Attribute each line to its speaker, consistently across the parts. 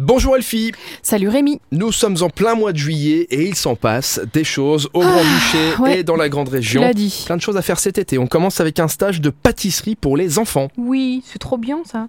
Speaker 1: Bonjour Elfie,
Speaker 2: Salut Rémi.
Speaker 1: nous sommes en plein mois de juillet et il s'en passe des choses au Grand-Duché
Speaker 2: Ah, ouais.
Speaker 1: et dans la Grande
Speaker 2: Tu
Speaker 1: Région.
Speaker 2: l'as dit.
Speaker 1: Plein de choses à faire cet été. On commence avec un stage de pâtisserie pour les enfants.
Speaker 2: Oui, c'est trop bien ça.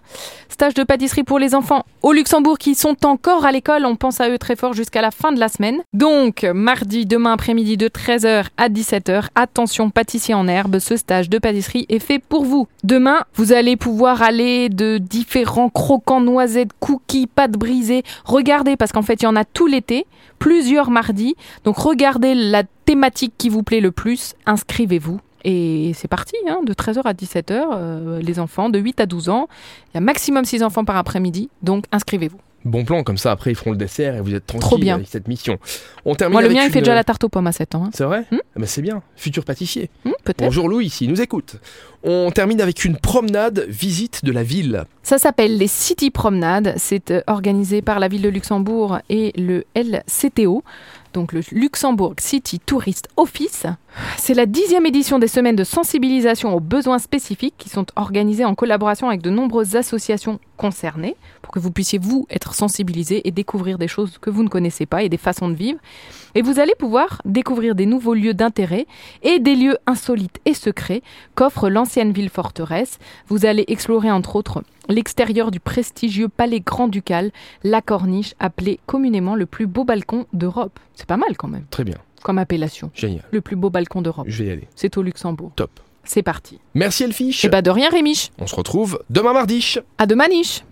Speaker 2: Stage de pâtisserie pour les enfants au Luxembourg qui sont encore à l'école. On pense à eux très fort jusqu'à la fin de la semaine. Donc, mardi, demain après-midi de 13h à 17h. Attention, pâtissier en herbe, ce stage de pâtisserie est fait pour vous. Demain, vous allez pouvoir aller de différents croquants, noisettes, cookies, pâtes brisées. Regardez, parce qu'en fait, il y en a tout l'été, plusieurs mardis. Donc, regardez la thématique qui vous plaît le plus. Inscrivez-vous. Et c'est parti, hein, de 13h à 17h, euh, les enfants de 8 à 12 ans. Il y a maximum 6 enfants par après-midi, donc inscrivez-vous.
Speaker 1: Bon plan, comme ça après ils feront le dessert et vous êtes tranquille
Speaker 2: Trop bien.
Speaker 1: avec cette mission. On termine
Speaker 2: Moi, le
Speaker 1: avec
Speaker 2: mien, il
Speaker 1: une-
Speaker 2: fait
Speaker 1: euh,
Speaker 2: déjà la tarte aux pommes à 7 ans. hein.
Speaker 1: C'est vrai
Speaker 2: Hmm
Speaker 1: Ah bah C'est bien, futur pâtissier.
Speaker 2: Hmm, Peut-être.
Speaker 1: Bonjour Louis, s'il nous écoute. On termine avec une promenade visite de la ville.
Speaker 2: Ça s'appelle les City Promenades. C'est euh, organisé par la ville de Luxembourg et le LCTO, donc le Luxembourg City Tourist Office. C'est la dixième édition des semaines de sensibilisation aux besoins spécifiques qui sont organisées en collaboration avec de nombreuses associations concernées pour que vous puissiez vous être sensibilisés et découvrir des choses que vous ne connaissez pas et des façons de vivre. Et vous allez pouvoir découvrir des nouveaux lieux d'intérêt et des lieux insolites et secrets qu'offre l'ancienne ville forteresse. Vous allez explorer entre autres l'extérieur du prestigieux palais grand-ducal, la corniche appelée communément le plus beau balcon d'Europe. C'est pas mal quand même,
Speaker 1: Très bien,
Speaker 2: comme appellation.
Speaker 1: génial.
Speaker 2: Le plus beau balcon d'Europe.
Speaker 1: Je vais y aller.
Speaker 2: C'est au Luxembourg.
Speaker 1: Top.
Speaker 2: C'est parti.
Speaker 1: Merci Elfiche.
Speaker 2: Eh Et bah de rien Rémiche.
Speaker 1: On se retrouve demain mardi.
Speaker 2: À demain Niche.